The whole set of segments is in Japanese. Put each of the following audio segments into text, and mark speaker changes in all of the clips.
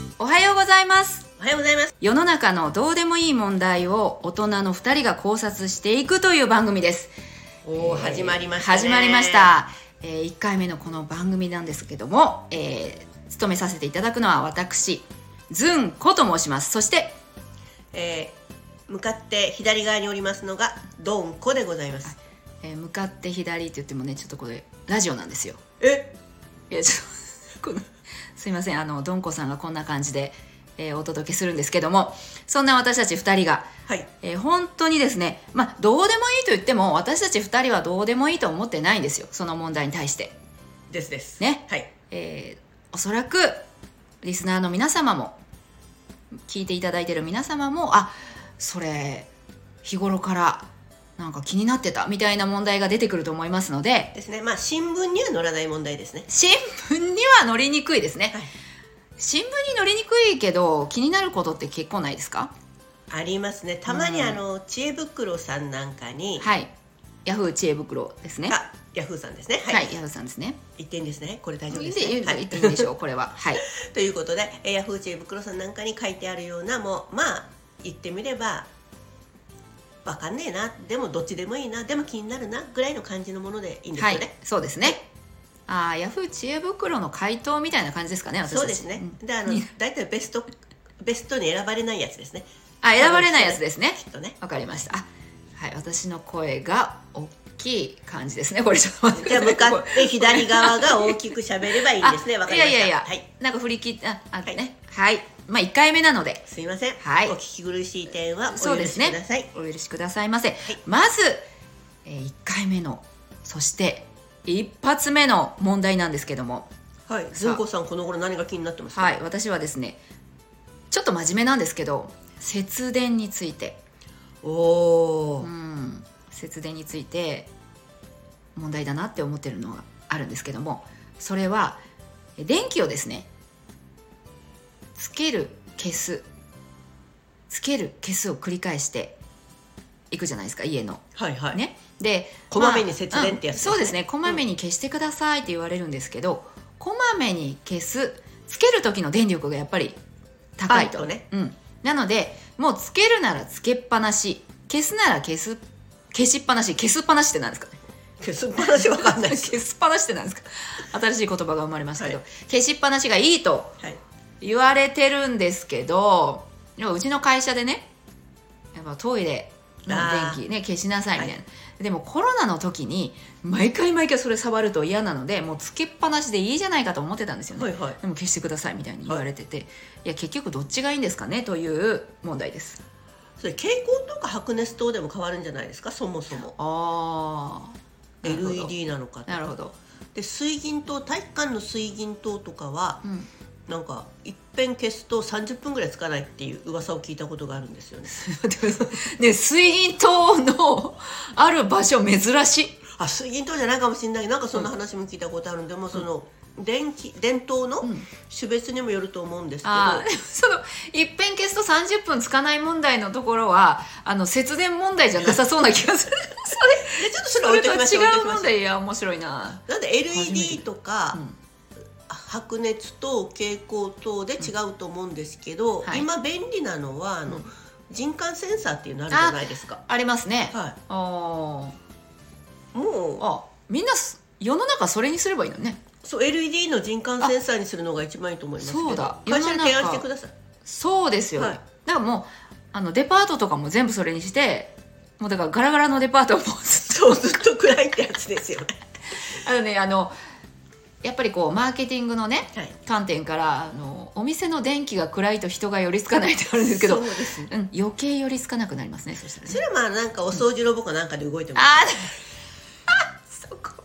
Speaker 1: ございます
Speaker 2: おはようございます。
Speaker 1: 世の中のどうでもいい問題を大人の2人が考察していくという番組です
Speaker 2: おお、
Speaker 1: えー
Speaker 2: 始まりました、ね。
Speaker 1: 始まりまし。た、えー、1回目のこの番組なんですけども、えー、務めさせていただくのは私ズンコと申しますそして
Speaker 2: えー、向かって左側におりますのがドンコでございます。
Speaker 1: えー向かって左って言ってもねちょっとこれラジオなんですよ
Speaker 2: え、
Speaker 1: いやちょ このすいませんあのどんこさんがこんな感じで、えーお届けするんですけどもそんな私たち2人が、
Speaker 2: はい。
Speaker 1: えー本当にですねまあどうでもいいと言っても私たち2人はどうでもいいと思ってないんですよその問題に対して、
Speaker 2: ですです。
Speaker 1: ね
Speaker 2: はい。
Speaker 1: えーおそらくリスナーの皆様も聞いていただいてる皆様もあそれ日頃からなんか気になってたみたいな問題が出てくると思いますので
Speaker 2: ですね。まあ新聞には載らない問題ですね。
Speaker 1: 新聞には載りにくいですね、
Speaker 2: はい
Speaker 1: 新聞に載りにくいけど気になることって結構ないですか
Speaker 2: ありますね。たまに
Speaker 1: うん
Speaker 2: あの知恵袋さんなんかに、
Speaker 1: はいヤフー知恵袋ですねは
Speaker 2: あ、ヤフーさんですね。
Speaker 1: い、
Speaker 2: はい。
Speaker 1: ヤフーさんですね
Speaker 2: 一点ですね。これ大丈夫
Speaker 1: で
Speaker 2: ですね。
Speaker 1: 言
Speaker 2: はい。
Speaker 1: っていいんでしょうこれははい
Speaker 2: ということで、えー、ヤフー知恵袋さんなんかに書いてあるようなもうまあ言ってみればわかんねえなでもどっちでもいいなでも気になるなぐらいの感じのものでいいんです
Speaker 1: はい
Speaker 2: よね。
Speaker 1: そうですねあーヤフー知恵袋の回答みたいな感じですかね私たち
Speaker 2: そうですね
Speaker 1: ん。
Speaker 2: であの大体ベストベストに選ばれないやつですね。
Speaker 1: あ選ばれないやつですね
Speaker 2: きっとね。
Speaker 1: わかりましたあはい私の声が大きい感じですねこれちょっと待ってく
Speaker 2: じゃあ
Speaker 1: ださい
Speaker 2: 向かって左側が大きく喋ればいいんですね。
Speaker 1: あ
Speaker 2: わかりま
Speaker 1: いや
Speaker 2: した。
Speaker 1: いやいや
Speaker 2: はい。
Speaker 1: なんか振り切ってああ
Speaker 2: はい
Speaker 1: ねはい、まあ1回目なのです
Speaker 2: いません。
Speaker 1: はい
Speaker 2: お聞き苦しい点はお
Speaker 1: そう
Speaker 2: 許
Speaker 1: です
Speaker 2: し
Speaker 1: ね
Speaker 2: ください。
Speaker 1: お許しくださいませ、
Speaker 2: い
Speaker 1: まず、えー、1回目のそして一発目の問題なんですけども
Speaker 2: はい。ずんこさんこの頃何が気になってますか。
Speaker 1: はい私はですねちょっと真面目なんですけど節電について
Speaker 2: おお
Speaker 1: う。ん節電について問題だなって思ってるのがあるんですけどもそれはえ電気をですねつける消すつける消すを繰り返していくじゃないですか家の
Speaker 2: はいはい。
Speaker 1: ね、で
Speaker 2: こまめに節電ってやつですね
Speaker 1: まあうんそうですねこまめに消してくださいって言われるんですけど、こまめに消すつける時の電力がやっぱり高い
Speaker 2: パン
Speaker 1: と
Speaker 2: とね
Speaker 1: うん、なのでもうつけるならつけっぱなし消すなら消す消しっぱなし消すっぱなしってなんですかね
Speaker 2: 消す話わかんないです。
Speaker 1: 消すっぱなしってなんですか新しい言葉が生まれましたけど、
Speaker 2: は
Speaker 1: 消しっぱなしがいいと
Speaker 2: はい。
Speaker 1: 言われてるんですけどでもうちの会社でねやっぱトイレの
Speaker 2: あー
Speaker 1: 電気、ね、消しなさいみたいな、
Speaker 2: は
Speaker 1: でもコロナの時に毎回毎回それ触ると嫌なのでもうつけっぱなしでいいじゃないかと思ってたんですよね、
Speaker 2: はいはい。
Speaker 1: でも消してくださいみたいに言われてて、い、や結局どっちがいいんですかねという問題です
Speaker 2: それ蛍光とか白熱灯でも変わるんじゃないですかそもそも
Speaker 1: ああ
Speaker 2: LED なのかと
Speaker 1: なるほど、
Speaker 2: で水銀灯体育館の水銀灯とかは
Speaker 1: うん、
Speaker 2: なんか一遍消すと30分ぐらいつかないっていう噂を聞いたことがあるんですよね
Speaker 1: ね水銀灯のある場所珍しい
Speaker 2: あ水銀灯じゃないかもしれないけどなんかそんな話も聞いたことあるんで、もうその電気電灯の
Speaker 1: うん
Speaker 2: 種別にもよると思うんですけど、
Speaker 1: あー その一遍消すと30分つかない問題のところはあの節電問題じゃなさそうな気がする
Speaker 2: で ちょっとそれ
Speaker 1: そ
Speaker 2: 置い
Speaker 1: れと
Speaker 2: と
Speaker 1: 違
Speaker 2: きましょう置いと
Speaker 1: う
Speaker 2: きま
Speaker 1: 問
Speaker 2: しょ
Speaker 1: 題いや面白いな、
Speaker 2: うなんで
Speaker 1: 初めて
Speaker 2: LED とか、
Speaker 1: うん
Speaker 2: 白熱と蛍光灯で違うと思うんですけど、
Speaker 1: はい
Speaker 2: 今便利なのはあの、
Speaker 1: うん
Speaker 2: 人感センサーっていうのあるじゃないですか。
Speaker 1: ありますね、
Speaker 2: は
Speaker 1: あ
Speaker 2: い、もう
Speaker 1: あみんなす世の中それにすればいいのね
Speaker 2: そう LED の人感センサーにするのが一番いいと思いますけど
Speaker 1: そうだ
Speaker 2: 会社
Speaker 1: 世
Speaker 2: に
Speaker 1: の中
Speaker 2: 提案してください。
Speaker 1: そうですよ、
Speaker 2: はい
Speaker 1: だからもうあのデパートとかも全部それにしてもうだからガラガラのデパートはもうずっと
Speaker 2: そうずっと暗いってやつですよね。
Speaker 1: あのねあのやっぱりこうマーケティングのね
Speaker 2: はい。
Speaker 1: 観点からあのお店の電気が暗いと人が寄りつかないってあるんですけど
Speaker 2: そうですね。
Speaker 1: うん、余計寄りつかなくなりますね。そしたら
Speaker 2: そ
Speaker 1: ね。
Speaker 2: れはまあなんかお掃除ロボかなんかで動いても
Speaker 1: あー そこ。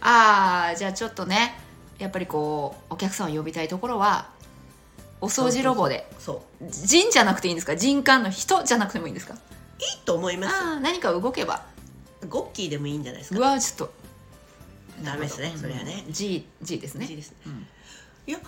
Speaker 1: ああ、じゃあちょっとね、やっぱりこうお客さんを呼びたいところはお掃除ロボで。
Speaker 2: そう
Speaker 1: 人じゃなくていいんですか人間の人じゃなくてもいいんですか
Speaker 2: いいと思います。
Speaker 1: ああー何か動けば
Speaker 2: ゴッキーでもいいんじゃないです
Speaker 1: う
Speaker 2: か。
Speaker 1: わーちょっと
Speaker 2: ダメですね
Speaker 1: なるほど
Speaker 2: それはね
Speaker 1: うん G, G ですね
Speaker 2: いいですね
Speaker 1: うん
Speaker 2: いや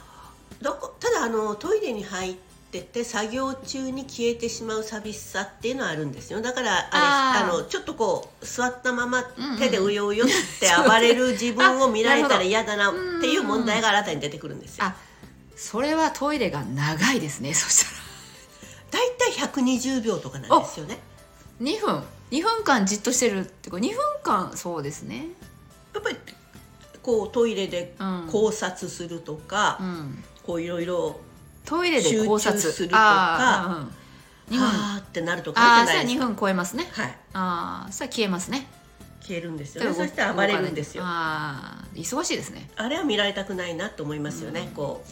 Speaker 2: どこただあのトイレに入ってて作業中に消えてしまう寂しさっていうのはあるんですよだからあ
Speaker 1: あ
Speaker 2: れ
Speaker 1: ー
Speaker 2: あのちょっとこう座ったまま
Speaker 1: うんうん
Speaker 2: 手でうようよって暴れる自分を見られたら嫌だなっていう問題が新たに出てくるんですよ。
Speaker 1: あそれはトイレが長いですねそしたら
Speaker 2: だいたい120秒とかなんですよね
Speaker 1: 2分2分間じっとしてるってか2分間そうですね
Speaker 2: やっぱりこうトイレで
Speaker 1: うん
Speaker 2: 考察するとか、
Speaker 1: うん
Speaker 2: こういろいろ
Speaker 1: トイレで考察
Speaker 2: 集中するとか
Speaker 1: あー、うん、2分あ
Speaker 2: あーってなるとかあ
Speaker 1: あ
Speaker 2: る
Speaker 1: ー
Speaker 2: じ
Speaker 1: そ
Speaker 2: ゃ
Speaker 1: れはい
Speaker 2: な
Speaker 1: 2
Speaker 2: ですか
Speaker 1: 分超えますね
Speaker 2: はい
Speaker 1: ああそれは消えますね
Speaker 2: 消えるんですよねそして暴れるんですよ
Speaker 1: ああー忙しいですね
Speaker 2: あれは見られたくないなと思いますよね、
Speaker 1: うん
Speaker 2: こ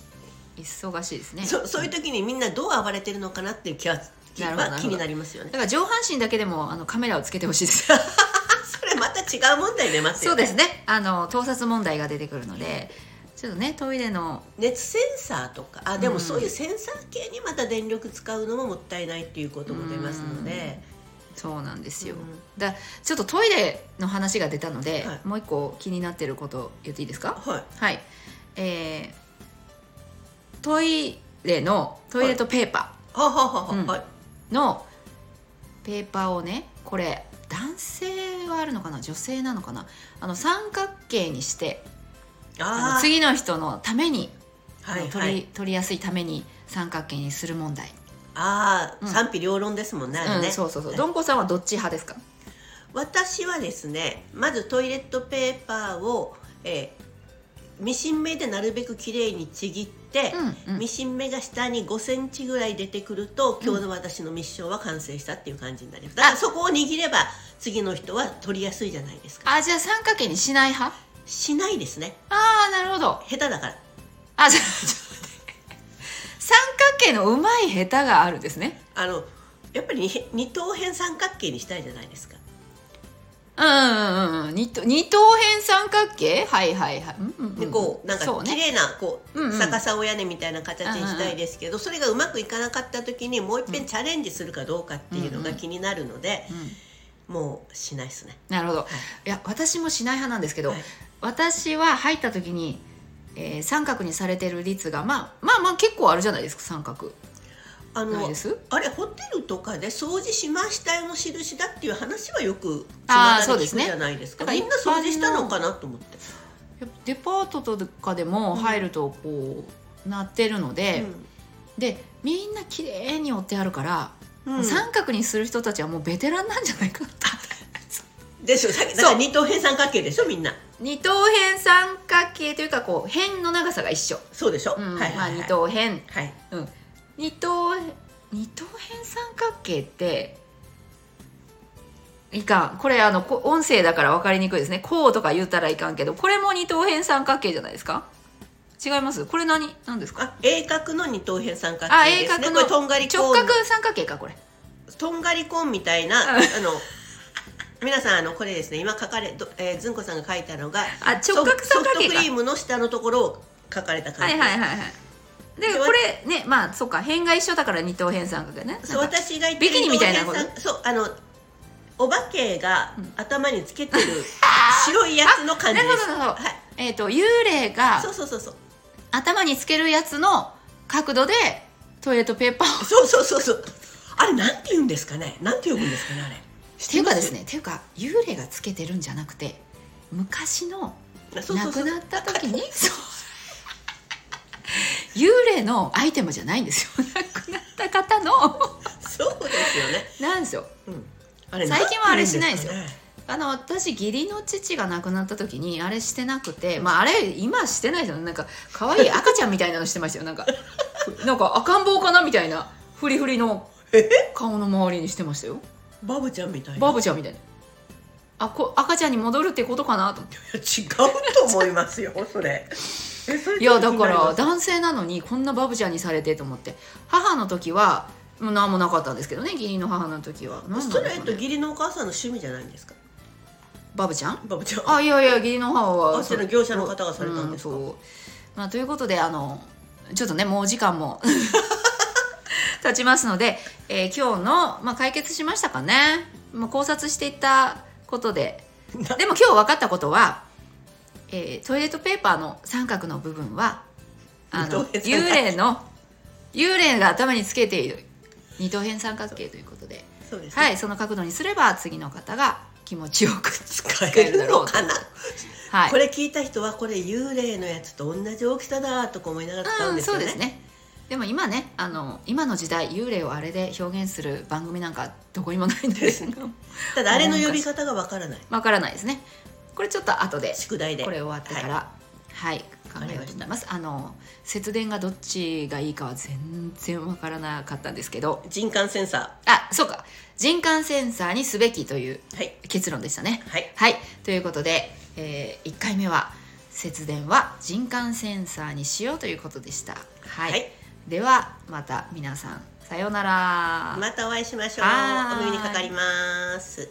Speaker 1: 忙しいですね
Speaker 2: うそそういう時にみんなどう暴れてるのかなっていう気は気
Speaker 1: なるほど
Speaker 2: は気になりますよね
Speaker 1: だから上半身だけでもあのカメラをつけてほしいです
Speaker 2: それまた違う問題出ます
Speaker 1: そ
Speaker 2: よ
Speaker 1: うで
Speaker 2: ね
Speaker 1: すねあの盗撮問題が出てくるのでちょっとねトイレの
Speaker 2: 熱センサーとかあで
Speaker 1: う
Speaker 2: も
Speaker 1: ん
Speaker 2: そういうセンサー系にまた電力使うのももったいないっていうことも出ますので、
Speaker 1: そうなんですよ、
Speaker 2: うん
Speaker 1: だちょっとトイレの話が出たので、
Speaker 2: はい
Speaker 1: もう一個気になってること言っていいですか
Speaker 2: はい
Speaker 1: はいえートイレのトイレットペーパ
Speaker 2: はははは、
Speaker 1: うん
Speaker 2: はい
Speaker 1: ーのペーパーをねこれ男性はあるのかな女性なのかなあの三角形にしてあ
Speaker 2: あ
Speaker 1: の
Speaker 2: ー
Speaker 1: 次の人のために、
Speaker 2: はい
Speaker 1: 取
Speaker 2: は
Speaker 1: り
Speaker 2: い
Speaker 1: 取りやすいために三角形にする問題、
Speaker 2: あー
Speaker 1: うん
Speaker 2: 賛否両論ですもんね、あれね
Speaker 1: うん、そうそうそう
Speaker 2: はい
Speaker 1: どんこさんはどっち派ですか
Speaker 2: 私はですねまずトイレットペーパーを、えーミシン目でなるべくきれいにちぎって、
Speaker 1: うんうん
Speaker 2: ミシン目が下に5センチぐらい出てくると今日の私のミッションは完成したっていう感じになりますだからそこを握れば次の人は取りやすいじゃないですか
Speaker 1: あじゃあ三角形にしない派
Speaker 2: しないですね
Speaker 1: ああなるほど
Speaker 2: 下手だから
Speaker 1: あじゃあちょっと待って三角形のうまい下手があるですね
Speaker 2: あのやっぱり二二等辺三角形にしたいじゃないですか
Speaker 1: うんうんうんうん二等二等辺三角形はいはいはい、うんうんうん、
Speaker 2: でこうなん
Speaker 1: そ
Speaker 2: か
Speaker 1: う
Speaker 2: 綺
Speaker 1: ね
Speaker 2: 麗なこう、
Speaker 1: うんうん
Speaker 2: 逆さお屋根みたいな形にしたいですけど、それがうまくいかなかった時にもう一遍チャレンジするかどうかっていうのが気になるので、
Speaker 1: うん、
Speaker 2: もうしないですね。
Speaker 1: なるほど
Speaker 2: はい
Speaker 1: いや私もしない派なんですけど、
Speaker 2: はい
Speaker 1: 私は入った時に、えー三角にされてる率がまあまあまあ結構あるじゃないですか三角
Speaker 2: あ
Speaker 1: ない
Speaker 2: の
Speaker 1: です
Speaker 2: あれホテルとかで掃除しましたよの印だっていう話はよく巷
Speaker 1: あーそう
Speaker 2: で
Speaker 1: で
Speaker 2: 聞
Speaker 1: す
Speaker 2: く
Speaker 1: ね
Speaker 2: じゃないですか
Speaker 1: だから
Speaker 2: みんな掃除したのかなと思って、
Speaker 1: やっぱデパートとかでも入るとこうなってるので、でみんな綺麗に折ってあるから、
Speaker 2: うん
Speaker 1: もう三角にする人たちはもうベテランなんじゃないかなって
Speaker 2: ですよさっきだから二等辺三角形でしょみんな
Speaker 1: 二等辺三角形というかこう辺の長さが一緒、
Speaker 2: そうでしょ、
Speaker 1: うん
Speaker 2: はいはい、はい
Speaker 1: まあ、二等辺
Speaker 2: はい
Speaker 1: 二等二等辺三角形っていかんこれあのこ音声だから分かりにくいですねこうとか言うたらいかんけどこれも二等辺三角形じゃないですか違いますこれ何何ですか
Speaker 2: あ鋭角の二等辺三角
Speaker 1: あ
Speaker 2: 形
Speaker 1: 鋭
Speaker 2: ですね
Speaker 1: 角
Speaker 2: こ
Speaker 1: の
Speaker 2: れとんがりコーン
Speaker 1: 直角三角形かこれ
Speaker 2: とんがりコーンみたいな、
Speaker 1: ん
Speaker 2: あの皆さんあのこれですね今書かれど、えー、ずんこさんが書いたのが
Speaker 1: あ直角
Speaker 2: ソ
Speaker 1: 三角
Speaker 2: フトク
Speaker 1: 形
Speaker 2: リ
Speaker 1: か
Speaker 2: ームの下のところを書かれた
Speaker 1: は
Speaker 2: 感じ
Speaker 1: い
Speaker 2: です、
Speaker 1: はいはいはいで
Speaker 2: で
Speaker 1: これねまあそっか辺が一緒だから二等辺三角形ね
Speaker 2: そう
Speaker 1: なんか
Speaker 2: 私が言ってる
Speaker 1: ビキニみたいなこと
Speaker 2: 伊藤健さんそうあのお化けが頭につけ てる白いやつの感じで
Speaker 1: あ
Speaker 2: す、
Speaker 1: なるほどなる
Speaker 2: は
Speaker 1: ほ
Speaker 2: い、
Speaker 1: えっ、と幽霊が
Speaker 2: そうそうそうそう
Speaker 1: 頭につけるやつの角度でトイレットペーパーを
Speaker 2: そうそうそうそうあれなんて言うんですかねなんて呼ぶんですかねあれ
Speaker 1: っていうかですねっていうか幽霊がつけてるんじゃなくて昔の
Speaker 2: そうそうそ
Speaker 1: 亡
Speaker 2: う
Speaker 1: くなった時にそう幽霊のアイテムじゃないんですよ亡くなった方の
Speaker 2: そうですよね、
Speaker 1: なんですよ
Speaker 2: うん、あれ
Speaker 1: 最近はあれしない
Speaker 2: ん
Speaker 1: で
Speaker 2: て
Speaker 1: すよ
Speaker 2: 言うんかね
Speaker 1: あの私義理の父が亡くなった時にあれしてなくてまああれ今してないですよねなんか可愛い赤ちゃんみたいなのしてましたよなんかなんか赤ん坊かなみたいなフリフリの顔の周りにしてましたよ
Speaker 2: バブちゃんみたいな
Speaker 1: バブちゃんみたいなあこ赤ちゃんに戻るってことかなと思って
Speaker 2: 違うと思いま すよそれえ それ
Speaker 1: いやだか
Speaker 2: ちょ
Speaker 1: ら
Speaker 2: っと気になります
Speaker 1: 男性なのにこんなバブちゃんにされてと思って母の時はもう何もなかったんですけどね義理の母の時は何なん
Speaker 2: それ
Speaker 1: で
Speaker 2: え
Speaker 1: し
Speaker 2: っ
Speaker 1: ょう
Speaker 2: と
Speaker 1: ね
Speaker 2: 義理のお母さんの趣味じゃないんですか
Speaker 1: バブちゃん
Speaker 2: バブちゃん
Speaker 1: あいやいや義理の母は
Speaker 2: あそれ業者の方がされたんですか
Speaker 1: うそうまあ、ということであのちょっとねもうお時間も 経ちますので、えー今日の、まあ、解決しましたかね、まあ、考察していったことで
Speaker 2: な
Speaker 1: でも今日分かったことは、えートイレットペーパーの三角の部分はあの
Speaker 2: 二等辺三
Speaker 1: 幽
Speaker 2: 角形
Speaker 1: 霊の幽霊が頭につけている二等辺三角形ということで、
Speaker 2: そうですね、
Speaker 1: はい、その角度にすれば次の方が気持ちよく
Speaker 2: 使えるのかな、
Speaker 1: 使えるだろうとはい
Speaker 2: これ聞いた人はこれ幽霊のやつと同じ大きさだとか思いながら使うんですよ
Speaker 1: うん、
Speaker 2: ね。
Speaker 1: そうですねでも今ねあの今の時代幽霊をあれで表現する番組なんかどこにもないんです
Speaker 2: で
Speaker 1: よ
Speaker 2: す ただあれの呼び方がわからない。
Speaker 1: わからないですねこれちょっと後で
Speaker 2: 宿題で。
Speaker 1: これ終わってからはい、考えようと思いますあの節電がどっちがいいかは全然わからなかったんですけど
Speaker 2: 人感センサ
Speaker 1: あそうか人感センサーにすべきという
Speaker 2: ー。はい。
Speaker 1: 結論でしたね
Speaker 2: はい。
Speaker 1: はいということで、え1回目は節電は人感センサーにしようということでしたはい、
Speaker 2: はい
Speaker 1: ではまた皆さんさようなら
Speaker 2: またお会いしましょう。
Speaker 1: はーい
Speaker 2: お耳にかかります。